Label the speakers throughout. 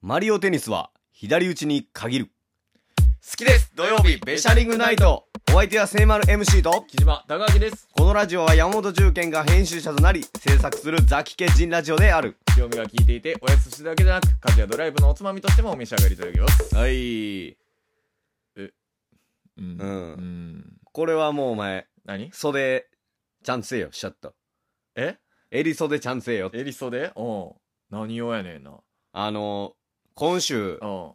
Speaker 1: マリオテニスは左打ちに限る。
Speaker 2: 好きです土曜日
Speaker 1: ベ
Speaker 2: ベ
Speaker 1: シャリングナイト。お相手は聖丸 MC と、
Speaker 2: 木島高明です
Speaker 1: このラジオは山本重賢が編集者となり、制作するザキケジンラジオである。
Speaker 2: 興味が聞いていておやつしてだけじゃなく家事やドライブのおつまみとしてもお召し上がりいただけます
Speaker 1: はい。
Speaker 2: う
Speaker 1: うんん。
Speaker 2: ん
Speaker 1: これはもうお前、
Speaker 2: 何
Speaker 1: 袖、ちゃんとせえよ、シャッと。
Speaker 2: え
Speaker 1: 襟袖ちゃんとせえよ。
Speaker 2: エリソでうん何用やねんな
Speaker 1: あのー、今週
Speaker 2: う、ん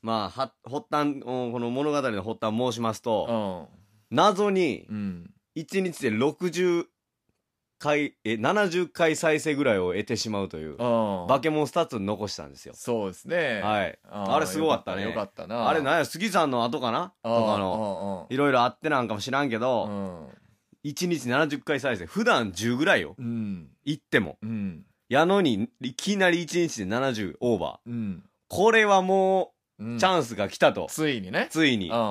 Speaker 1: まあ、は、発端、うんこの物語の発端申します
Speaker 2: う
Speaker 1: と、
Speaker 2: ん
Speaker 1: 謎に
Speaker 2: う、ん
Speaker 1: 1日で60回、え、70回再生ぐらいを得てしまうという、
Speaker 2: うん
Speaker 1: バケモンスタッツ残したんですよ。
Speaker 2: そうですね
Speaker 1: はい。
Speaker 2: うん
Speaker 1: あれすごかったね
Speaker 2: よかったな
Speaker 1: あれなんや、杉さんの後かなと
Speaker 2: う
Speaker 1: か
Speaker 2: ん
Speaker 1: の、いろいろあってなんかも知らんけ
Speaker 2: うんう
Speaker 1: ど、
Speaker 2: ん
Speaker 1: 1日70回再生。普段10ぐらいよ。
Speaker 2: うん
Speaker 1: 行っても。
Speaker 2: うん
Speaker 1: やのに、いきなり1日で70オーバー。
Speaker 2: うん
Speaker 1: これはも
Speaker 2: う
Speaker 1: う、
Speaker 2: ん
Speaker 1: チャンスが来たと、
Speaker 2: ついにね
Speaker 1: ついうに
Speaker 2: ん、うんうん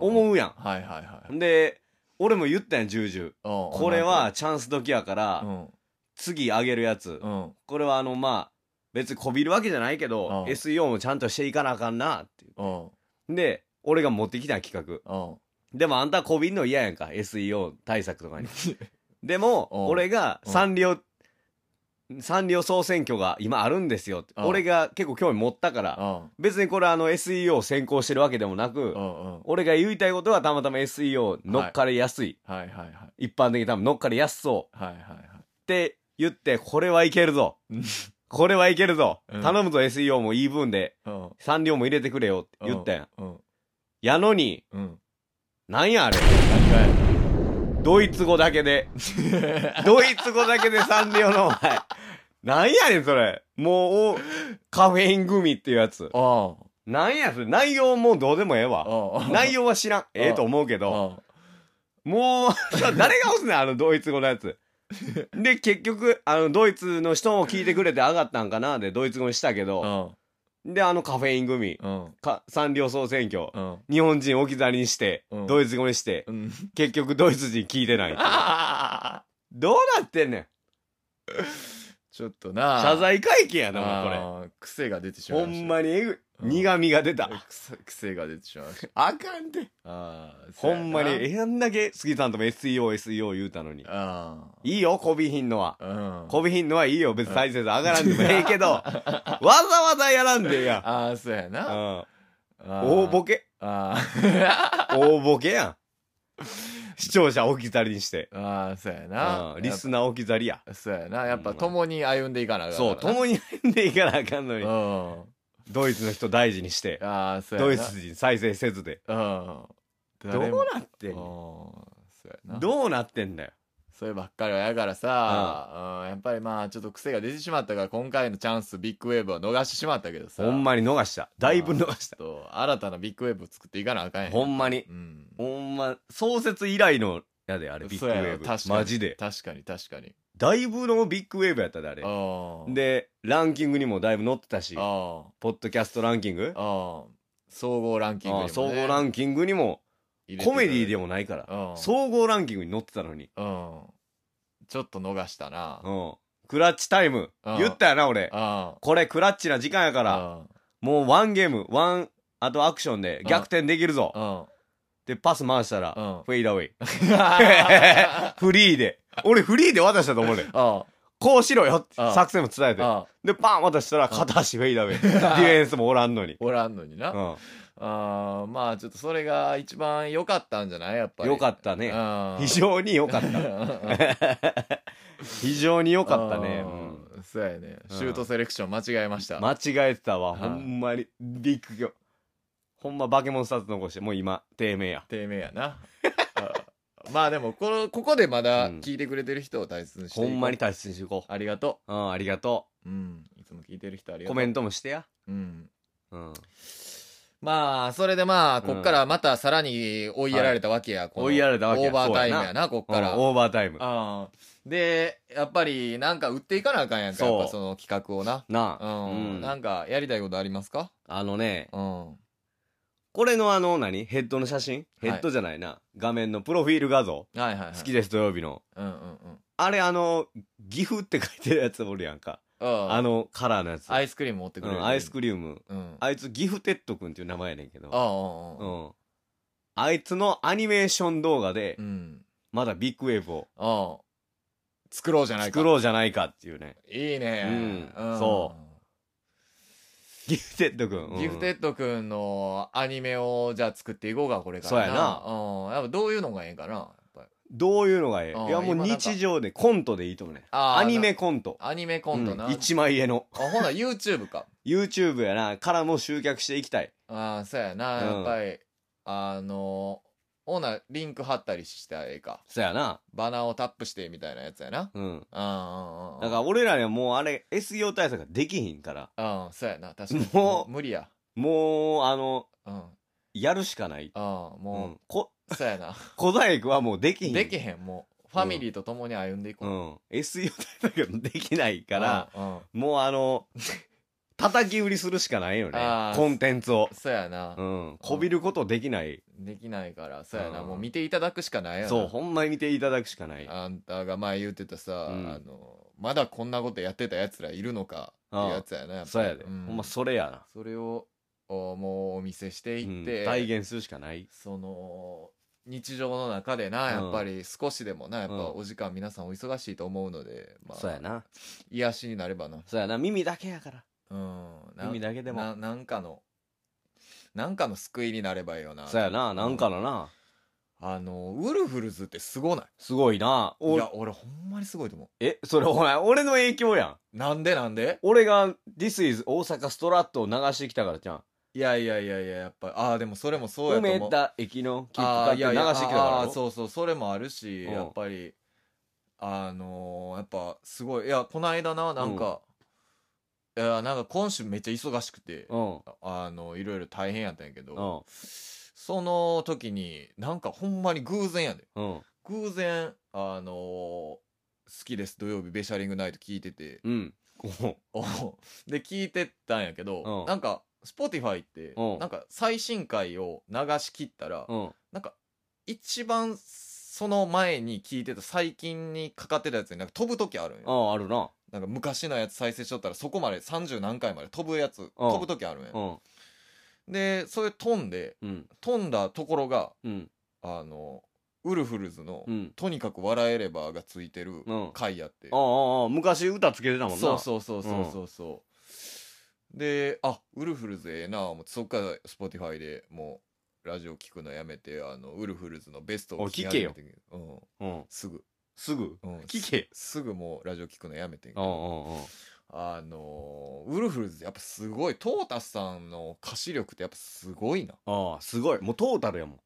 Speaker 1: 思うや
Speaker 2: はいはいはい
Speaker 1: ん。で、俺も言ったやん、重々。
Speaker 2: うん
Speaker 1: これはチャンス時やから、
Speaker 2: うん
Speaker 1: 次あげるやつ
Speaker 2: う。ん
Speaker 1: これはあの、まあ、別にこびるわけじゃないけど、
Speaker 2: うん
Speaker 1: SEO もちゃんとしていかなあかんな、ってい
Speaker 2: うん
Speaker 1: う。で、俺が持ってきた企画。
Speaker 2: うん
Speaker 1: でもあんたこびんの嫌やんか、SEO 対策 とかに。でも、
Speaker 2: うん
Speaker 1: 俺が
Speaker 2: うん
Speaker 1: サンリオ、サンリオ総選挙が今あるんですよって。
Speaker 2: うん
Speaker 1: 俺が結構興味持ったから、
Speaker 2: うん
Speaker 1: 別にこれあの SEO を先行してるわけでもなく、
Speaker 2: うんうん
Speaker 1: 俺が言いたいことはたまたま SEO 乗っかれやすい。
Speaker 2: はいはいはい
Speaker 1: 一般的に多分乗っかれやすそうっ
Speaker 2: はいはいはい
Speaker 1: て言って、これはいけるぞ
Speaker 2: うん。
Speaker 1: これはいけるぞ。
Speaker 2: うん
Speaker 1: 頼むぞ SEO もいい分で、
Speaker 2: うん
Speaker 1: サンリオも入れてくれよって言ったやん。
Speaker 2: うん
Speaker 1: やのに、
Speaker 2: うん
Speaker 1: なんやあれ。
Speaker 2: 何
Speaker 1: ドイツ語だけで。
Speaker 2: かい
Speaker 1: ドイツ語だけでサンリオのお前。なんやねん、それ。もう、おカフェイン組っていうやつ。
Speaker 2: あ
Speaker 1: なんや、それ。内容もうどうでもええわ。
Speaker 2: あ
Speaker 1: 内容は知らん。ええと思うけど。
Speaker 2: あ
Speaker 1: もう、 誰が押すねん、あのドイツ語のやつ。で、結局、あの、ドイツの人も聞いてくれて上がったんかな、で、ドイツ語にしたけ
Speaker 2: う
Speaker 1: ど。
Speaker 2: ん
Speaker 1: で、あのカフェイン組、
Speaker 2: うん
Speaker 1: かサンリオ総選挙。
Speaker 2: うん
Speaker 1: 日本人置き去りにして
Speaker 2: うん、
Speaker 1: ドイツ語にして、
Speaker 2: うん
Speaker 1: 結局ドイツ人聞いて ない。
Speaker 2: ああ
Speaker 1: どうなってんねん。
Speaker 2: ちょっとな
Speaker 1: 謝罪会見やな、もうこれ。
Speaker 2: あー癖が出てしまい
Speaker 1: ほ
Speaker 2: ました
Speaker 1: んまにえぐい。
Speaker 2: うん
Speaker 1: 苦味が出た。
Speaker 2: 癖癖が出てしまいました
Speaker 1: あかんて。
Speaker 2: ああ
Speaker 1: ほんまに、えあんだけ杉さんとも SEO、SEO 言うたのに。
Speaker 2: ああ
Speaker 1: いいよ、こびひんのは。
Speaker 2: うん
Speaker 1: こびひんのはいいよ、別に再生数上がらんでもええ けど、わざわざやらんでええや
Speaker 2: ああそうや
Speaker 1: ん。う
Speaker 2: なん
Speaker 1: 大
Speaker 2: 大
Speaker 1: ボケ。
Speaker 2: あー
Speaker 1: 大ボケやん。視聴者置き去りにして。
Speaker 2: あーそうや
Speaker 1: う
Speaker 2: なん
Speaker 1: リスナー置き去りや。
Speaker 2: そうやなやっぱ共に歩んでいかなあかん
Speaker 1: そう、
Speaker 2: からな
Speaker 1: 共に歩んでいかなあかんの
Speaker 2: う
Speaker 1: に、
Speaker 2: ん
Speaker 1: ドイツの人大事にして、
Speaker 2: ああそうやな
Speaker 1: ドイツ人再生せずで。
Speaker 2: うん
Speaker 1: ど
Speaker 2: 誰
Speaker 1: う
Speaker 2: も
Speaker 1: なってん
Speaker 2: うん
Speaker 1: の
Speaker 2: そうやな
Speaker 1: どうなってんだよ。
Speaker 2: そればっかりはやからさ、うん、やっぱりまあちょっと癖が出てしまったから今回のチャンスビッグウェーブは逃してしまったけどさ
Speaker 1: ほんまに逃した。だいぶ逃した。
Speaker 2: ちょっと新たなビッグウェーブを作っていかなあかんや
Speaker 1: ほんまに。
Speaker 2: うん
Speaker 1: ほんま、創設以来の、やで、あれ、ビッグウ
Speaker 2: そうやな
Speaker 1: ェー
Speaker 2: 確
Speaker 1: ブ。
Speaker 2: かに
Speaker 1: マジで。
Speaker 2: 確かに確かに
Speaker 1: だいぶのビッグウェーブやったで、あれ。
Speaker 2: うん
Speaker 1: で、ランキングにもだいぶ載ってたし、
Speaker 2: うん
Speaker 1: ポッドキャストランキング
Speaker 2: うん総合ランキングにも、
Speaker 1: あ
Speaker 2: ね、
Speaker 1: 総合ランキングにも、コメディでもないから、
Speaker 2: も
Speaker 1: 総合ランキングに載ってたのに。
Speaker 2: うん、うん、ちょっと逃したな
Speaker 1: うん。クラッチタイム。
Speaker 2: うん
Speaker 1: 言ったよな、俺。
Speaker 2: あ
Speaker 1: これクラッチな時間やか
Speaker 2: あ
Speaker 1: ら、もうワンゲーム、ワン、あとアクションで逆転できるぞ
Speaker 2: う。ん
Speaker 1: で、パス回したら、
Speaker 2: うん
Speaker 1: フェイダーウェイ。
Speaker 2: あ
Speaker 1: フリーで。俺フリーで渡したと思うねん。
Speaker 2: あ
Speaker 1: こうしろよって
Speaker 2: うん
Speaker 1: 作戦も伝えて。
Speaker 2: あ
Speaker 1: で、パン渡したら片足フェイダーウェ イ。ディフェンスもおらんのに。
Speaker 2: おらんのにな、
Speaker 1: う
Speaker 2: あ
Speaker 1: ん。
Speaker 2: あまあちょっとそれが一番良かったんじゃないやっぱり
Speaker 1: よか
Speaker 2: っ
Speaker 1: ったね。
Speaker 2: ね
Speaker 1: 非常に良かった。
Speaker 2: た
Speaker 1: 非常に良かったね。うん
Speaker 2: そうやねシュートセレクション間違えました、
Speaker 1: 間違えてたわ。
Speaker 2: はい
Speaker 1: ほんまに。ビッグ業。ほんまバケモンスタート残して、もう今、低迷や。
Speaker 2: 低迷やな あーまあでもこのここでまだ
Speaker 1: うん
Speaker 2: 聞いてくれてる人を大切にしてい
Speaker 1: ほ
Speaker 2: こうん
Speaker 1: まに大切にしていこ
Speaker 2: ありがと
Speaker 1: う。うん、ありがと
Speaker 2: ううんいつも聞いてる人あり
Speaker 1: う。
Speaker 2: がと
Speaker 1: コ
Speaker 2: う
Speaker 1: メントもしてや。
Speaker 2: うん
Speaker 1: うん。
Speaker 2: まあそれでまあこっからまたさらに追いやられたわけや、この
Speaker 1: 追いやられたわけや
Speaker 2: オーバータイム
Speaker 1: そうやな
Speaker 2: やなこっから、
Speaker 1: うんオーバータイム。
Speaker 2: あーでやっぱりなんか売っていかなあかんやんか
Speaker 1: そう
Speaker 2: やっぱその企画をな
Speaker 1: な
Speaker 2: う、
Speaker 1: あ。うんん
Speaker 2: なんかやりたいことありますか
Speaker 1: あのね、
Speaker 2: うん
Speaker 1: これのあの、何ヘッドの写真ヘッドじゃないな。画面のプロフィール画像。
Speaker 2: はいはい、はい、
Speaker 1: 好き
Speaker 2: で
Speaker 1: です土曜日の。
Speaker 2: うんうんうん
Speaker 1: あれあの、岐阜って書いてるやつおるやんか。
Speaker 2: うん
Speaker 1: あのカラーのやつ
Speaker 2: アイスクリーム持ってく
Speaker 1: う
Speaker 2: れる、
Speaker 1: んアイスクリーム
Speaker 2: リームうんあ
Speaker 1: あいつギフテッド君っていう名前やねんけど
Speaker 2: あ
Speaker 1: う
Speaker 2: うん
Speaker 1: んあいつのアニメーション動画で
Speaker 2: うん
Speaker 1: まだビッグウェーブを
Speaker 2: ああ作ろうじゃないか
Speaker 1: 作ろうじゃないかっていうね
Speaker 2: いいね、
Speaker 1: うんそギフテッド君、うん
Speaker 2: ギフテッドくんのアニメをじゃあ作っていこうかこれから
Speaker 1: そうやな
Speaker 2: うんやっぱどういうのがええんかなやっぱり
Speaker 1: どういうのがえ
Speaker 2: あー
Speaker 1: えいやもう
Speaker 2: 今なんか
Speaker 1: 日常でコントでいいと思うね
Speaker 2: あー
Speaker 1: アニメコント
Speaker 2: アニメコントな、
Speaker 1: うん一枚絵の
Speaker 2: あほな YouTube か
Speaker 1: YouTube やなからも集客していきたい
Speaker 2: ああそうやな
Speaker 1: うん
Speaker 2: やっぱり、あのほなリンク貼ったりしたらええか
Speaker 1: そやな
Speaker 2: バナーをタップしてみたいなやつやな
Speaker 1: うん
Speaker 2: うんうんうん
Speaker 1: だから俺らにはもうあれ SEO 対策ができひんから
Speaker 2: うんそうやな確かに
Speaker 1: もう
Speaker 2: 無理や
Speaker 1: もうあの
Speaker 2: うんうん
Speaker 1: やるしかない、う
Speaker 2: も
Speaker 1: ん、こ
Speaker 2: うそう やな
Speaker 1: 小細工はもうできひん
Speaker 2: できへんもうファミリーと共に歩んでいこ
Speaker 1: う
Speaker 2: うん
Speaker 1: SEO 対策もできないから
Speaker 2: うんうん
Speaker 1: もうあの 叩き売りするしかないよね
Speaker 2: あー
Speaker 1: コンテンツを
Speaker 2: そうやな
Speaker 1: うんこびることできない
Speaker 2: できないからそうやな
Speaker 1: うん
Speaker 2: もう見ていただくしかないやな
Speaker 1: そうほんまに見ていただくしかない
Speaker 2: あんたが前言ってたさ
Speaker 1: うん
Speaker 2: あのまだこんなことやってたやつらいるのかっていうやつやなやっぱり
Speaker 1: そうやで、
Speaker 2: ん
Speaker 1: ほんまそれや
Speaker 2: それをおもうお見せして
Speaker 1: な、
Speaker 2: いっ
Speaker 1: う
Speaker 2: て
Speaker 1: ん体現するしかない
Speaker 2: その日常の中でな
Speaker 1: うん
Speaker 2: やっぱり少しでもなやっぱ
Speaker 1: うん
Speaker 2: お時間皆さんお忙しいと思うのでま
Speaker 1: そうや
Speaker 2: あ
Speaker 1: な
Speaker 2: 癒しになればな
Speaker 1: そうやな耳だけやから
Speaker 2: うんな
Speaker 1: 耳だけでも
Speaker 2: ななんかのなんかの救いになればいいよな
Speaker 1: そうやななんかのな、
Speaker 2: あのウルフルズってすごない
Speaker 1: すごいないお
Speaker 2: や俺ほんまにすごいと思
Speaker 1: えそれお前俺の影響やん
Speaker 2: うなんでなんで
Speaker 1: 俺が「This is 大阪ストラット」を流してきたからじゃん
Speaker 2: いやいやいやいややっぱりああでもそれもそうやと
Speaker 1: 梅
Speaker 2: 思う
Speaker 1: 田駅の切符
Speaker 2: あ
Speaker 1: 買
Speaker 2: あ
Speaker 1: っ
Speaker 2: い
Speaker 1: て
Speaker 2: や
Speaker 1: 流
Speaker 2: いや
Speaker 1: してきたから
Speaker 2: ああ
Speaker 1: やろ
Speaker 2: そうそうそれもあるし、
Speaker 1: うん
Speaker 2: やっぱりあのーやっぱすごいいやこの間ななんか、いやなんか今週めっちゃ忙しくて、ああのいろいろ大変やったんやけど、その時になんかほんまに偶然やで
Speaker 1: うんうん
Speaker 2: 偶然あのー好きです土曜日ベシャリングナイト聞いてて、
Speaker 1: うんうん
Speaker 2: お で聞いてたんやけど、
Speaker 1: うん
Speaker 2: なんか Spotify って、
Speaker 1: うん
Speaker 2: なんか最新回を流し切ったら、
Speaker 1: うん
Speaker 2: なんか一番その前に聞いてた最近にかかってたやつになんか飛ぶ時あるん
Speaker 1: あ
Speaker 2: よ
Speaker 1: ああるな
Speaker 2: なんか昔のやつ再生しとったらそこまで30何回まで飛ぶやつ飛ぶ時あるんや
Speaker 1: うん
Speaker 2: でそれ飛んで
Speaker 1: うん
Speaker 2: 飛んだところが
Speaker 1: うん
Speaker 2: あのウルフルズの
Speaker 1: うん
Speaker 2: 「とにかく笑えれば」がついてる
Speaker 1: うん
Speaker 2: 回やって
Speaker 1: ああああ昔歌つけてたもんな
Speaker 2: そうそうそうそうそうそうであウルフルズええな思ってそっから Spotify でもうラジオ聞くのやめてあのウルフルズのベストを聞き始めてうん
Speaker 1: う、ん、
Speaker 2: すぐ
Speaker 1: すぐ
Speaker 2: うん
Speaker 1: 聞け
Speaker 2: すすぐもうラジオ聞くのやめてんけ
Speaker 1: うんう
Speaker 2: ど
Speaker 1: んうん
Speaker 2: あのーウルフルズやっぱすごいトータスさんの歌詞力ってやっぱすごいな
Speaker 1: ああすごいもうトータルやもん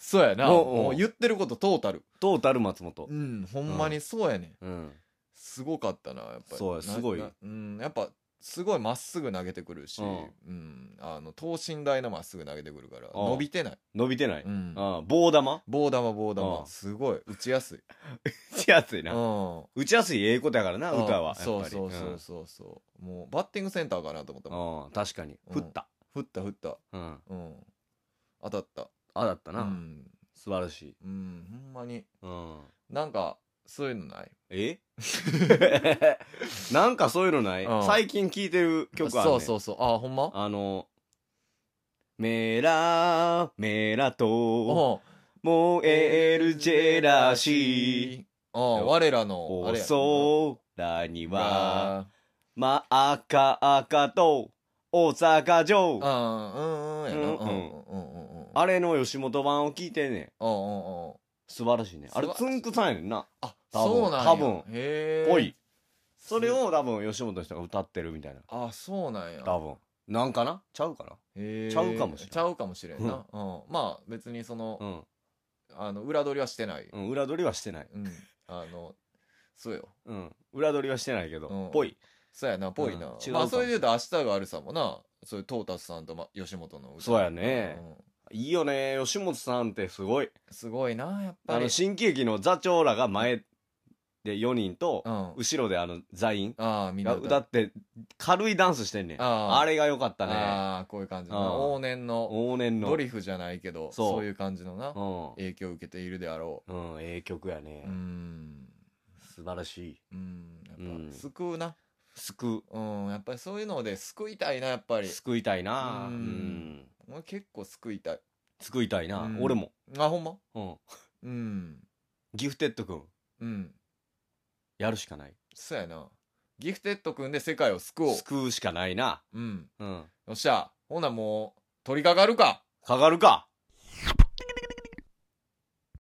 Speaker 2: そうやな
Speaker 1: おうおう
Speaker 2: もう言ってることトータル
Speaker 1: トータル松本
Speaker 2: うんほんまにそうやねん
Speaker 1: うん
Speaker 2: すごかったなやっぱり
Speaker 1: そうや
Speaker 2: な
Speaker 1: すごい
Speaker 2: なうんやっぱすごいまっすぐ投げてくるし、
Speaker 1: う
Speaker 2: うんんあの等身大のまっすぐ投げてくるから
Speaker 1: ん
Speaker 2: 伸びてない、
Speaker 1: 伸びてない、
Speaker 2: うん、
Speaker 1: ああ棒 玉
Speaker 2: 棒玉棒
Speaker 1: うん
Speaker 2: 玉すごい打ちやすい、、
Speaker 1: 打ちやすいうなん打ちやすいええことやからな歌はやっぱり
Speaker 2: そうそうそうそうそうもうバッティングセンターかなと思ったもん
Speaker 1: うんうん確かに
Speaker 2: うん
Speaker 1: 振った
Speaker 2: 振った振った
Speaker 1: うん
Speaker 2: うん当たった
Speaker 1: あだった
Speaker 2: う、
Speaker 1: なん素晴らしい
Speaker 2: うん、ほんまに
Speaker 1: うん
Speaker 2: なんかそういうのない
Speaker 1: え なんかそういうのない
Speaker 2: うん
Speaker 1: 最近聴いてる曲ある
Speaker 2: そ
Speaker 1: ね
Speaker 2: うそうそうあほんま
Speaker 1: あのメラメラと
Speaker 2: お
Speaker 1: 燃えるジェラシー
Speaker 2: ーあ我らのあれや
Speaker 1: お空には真赤赤と大阪城
Speaker 2: うんうんうんや
Speaker 1: う
Speaker 2: な
Speaker 1: ん
Speaker 2: う
Speaker 1: うん
Speaker 2: んうんうんうん
Speaker 1: あれの吉本版を聞いてんねん
Speaker 2: うんうんうん
Speaker 1: 素晴らしいねあれ
Speaker 2: 素晴
Speaker 1: つ
Speaker 2: らし
Speaker 1: ん
Speaker 2: い
Speaker 1: くさんやねんな
Speaker 2: あ
Speaker 1: 多分
Speaker 2: そうなんや
Speaker 1: 多分
Speaker 2: へえ
Speaker 1: ぽいそれを多分吉本の人が歌ってるみたいな
Speaker 2: あそうなんや
Speaker 1: 多分なんかなちゃうか
Speaker 2: へー
Speaker 1: ちゃうかもしれん
Speaker 2: ちゃうかもしれんなうんまあ別にそ
Speaker 1: な
Speaker 2: のあの裏取りはしてない
Speaker 1: うん、うん、裏取りはしてない
Speaker 2: うんあのそうよ
Speaker 1: うん裏取りはしてないけ
Speaker 2: う
Speaker 1: ど
Speaker 2: ん
Speaker 1: ぽい
Speaker 2: そうやなぽいな
Speaker 1: うん違うか
Speaker 2: ま
Speaker 1: も
Speaker 2: あそれで言うと明日があるさもなそういうトータスさんとま吉本の歌
Speaker 1: そうやね
Speaker 2: ん
Speaker 1: いいよね吉本さんってすごい
Speaker 2: すごいなやっ
Speaker 1: あ
Speaker 2: ぱり
Speaker 1: の新喜劇の座長らが前で4人と
Speaker 2: うんあ
Speaker 1: 後ろであの座員
Speaker 2: あみんな
Speaker 1: が歌って軽いダンスしてんねん
Speaker 2: あー
Speaker 1: あれが良かったね
Speaker 2: ああこういう感じの
Speaker 1: うん
Speaker 2: な往年の
Speaker 1: 往年の
Speaker 2: ドリフじゃないけど
Speaker 1: そう
Speaker 2: そういう感じのな
Speaker 1: う
Speaker 2: 影響を受けているであろ
Speaker 1: んうんええ曲や
Speaker 2: う
Speaker 1: ね
Speaker 2: うーん
Speaker 1: 素晴らしい。
Speaker 2: うんや
Speaker 1: う
Speaker 2: っ
Speaker 1: ん
Speaker 2: ぱ救うな
Speaker 1: 救
Speaker 2: うんやっぱりそういうので救いたいなやっぱ
Speaker 1: う。
Speaker 2: り
Speaker 1: 救いたいな。う
Speaker 2: うん
Speaker 1: ん。
Speaker 2: 俺結構救いたい
Speaker 1: 救いたいな。
Speaker 2: うん
Speaker 1: 俺も。
Speaker 2: あほんま
Speaker 1: うん。
Speaker 2: うん
Speaker 1: ギフテッド君、
Speaker 2: うん
Speaker 1: やるしかない。
Speaker 2: そうやなギフテッド君で世界を救おう
Speaker 1: 救うしかないな。
Speaker 2: うん
Speaker 1: うん。
Speaker 2: よっしゃほなもう取り掛かるか
Speaker 1: かかるか。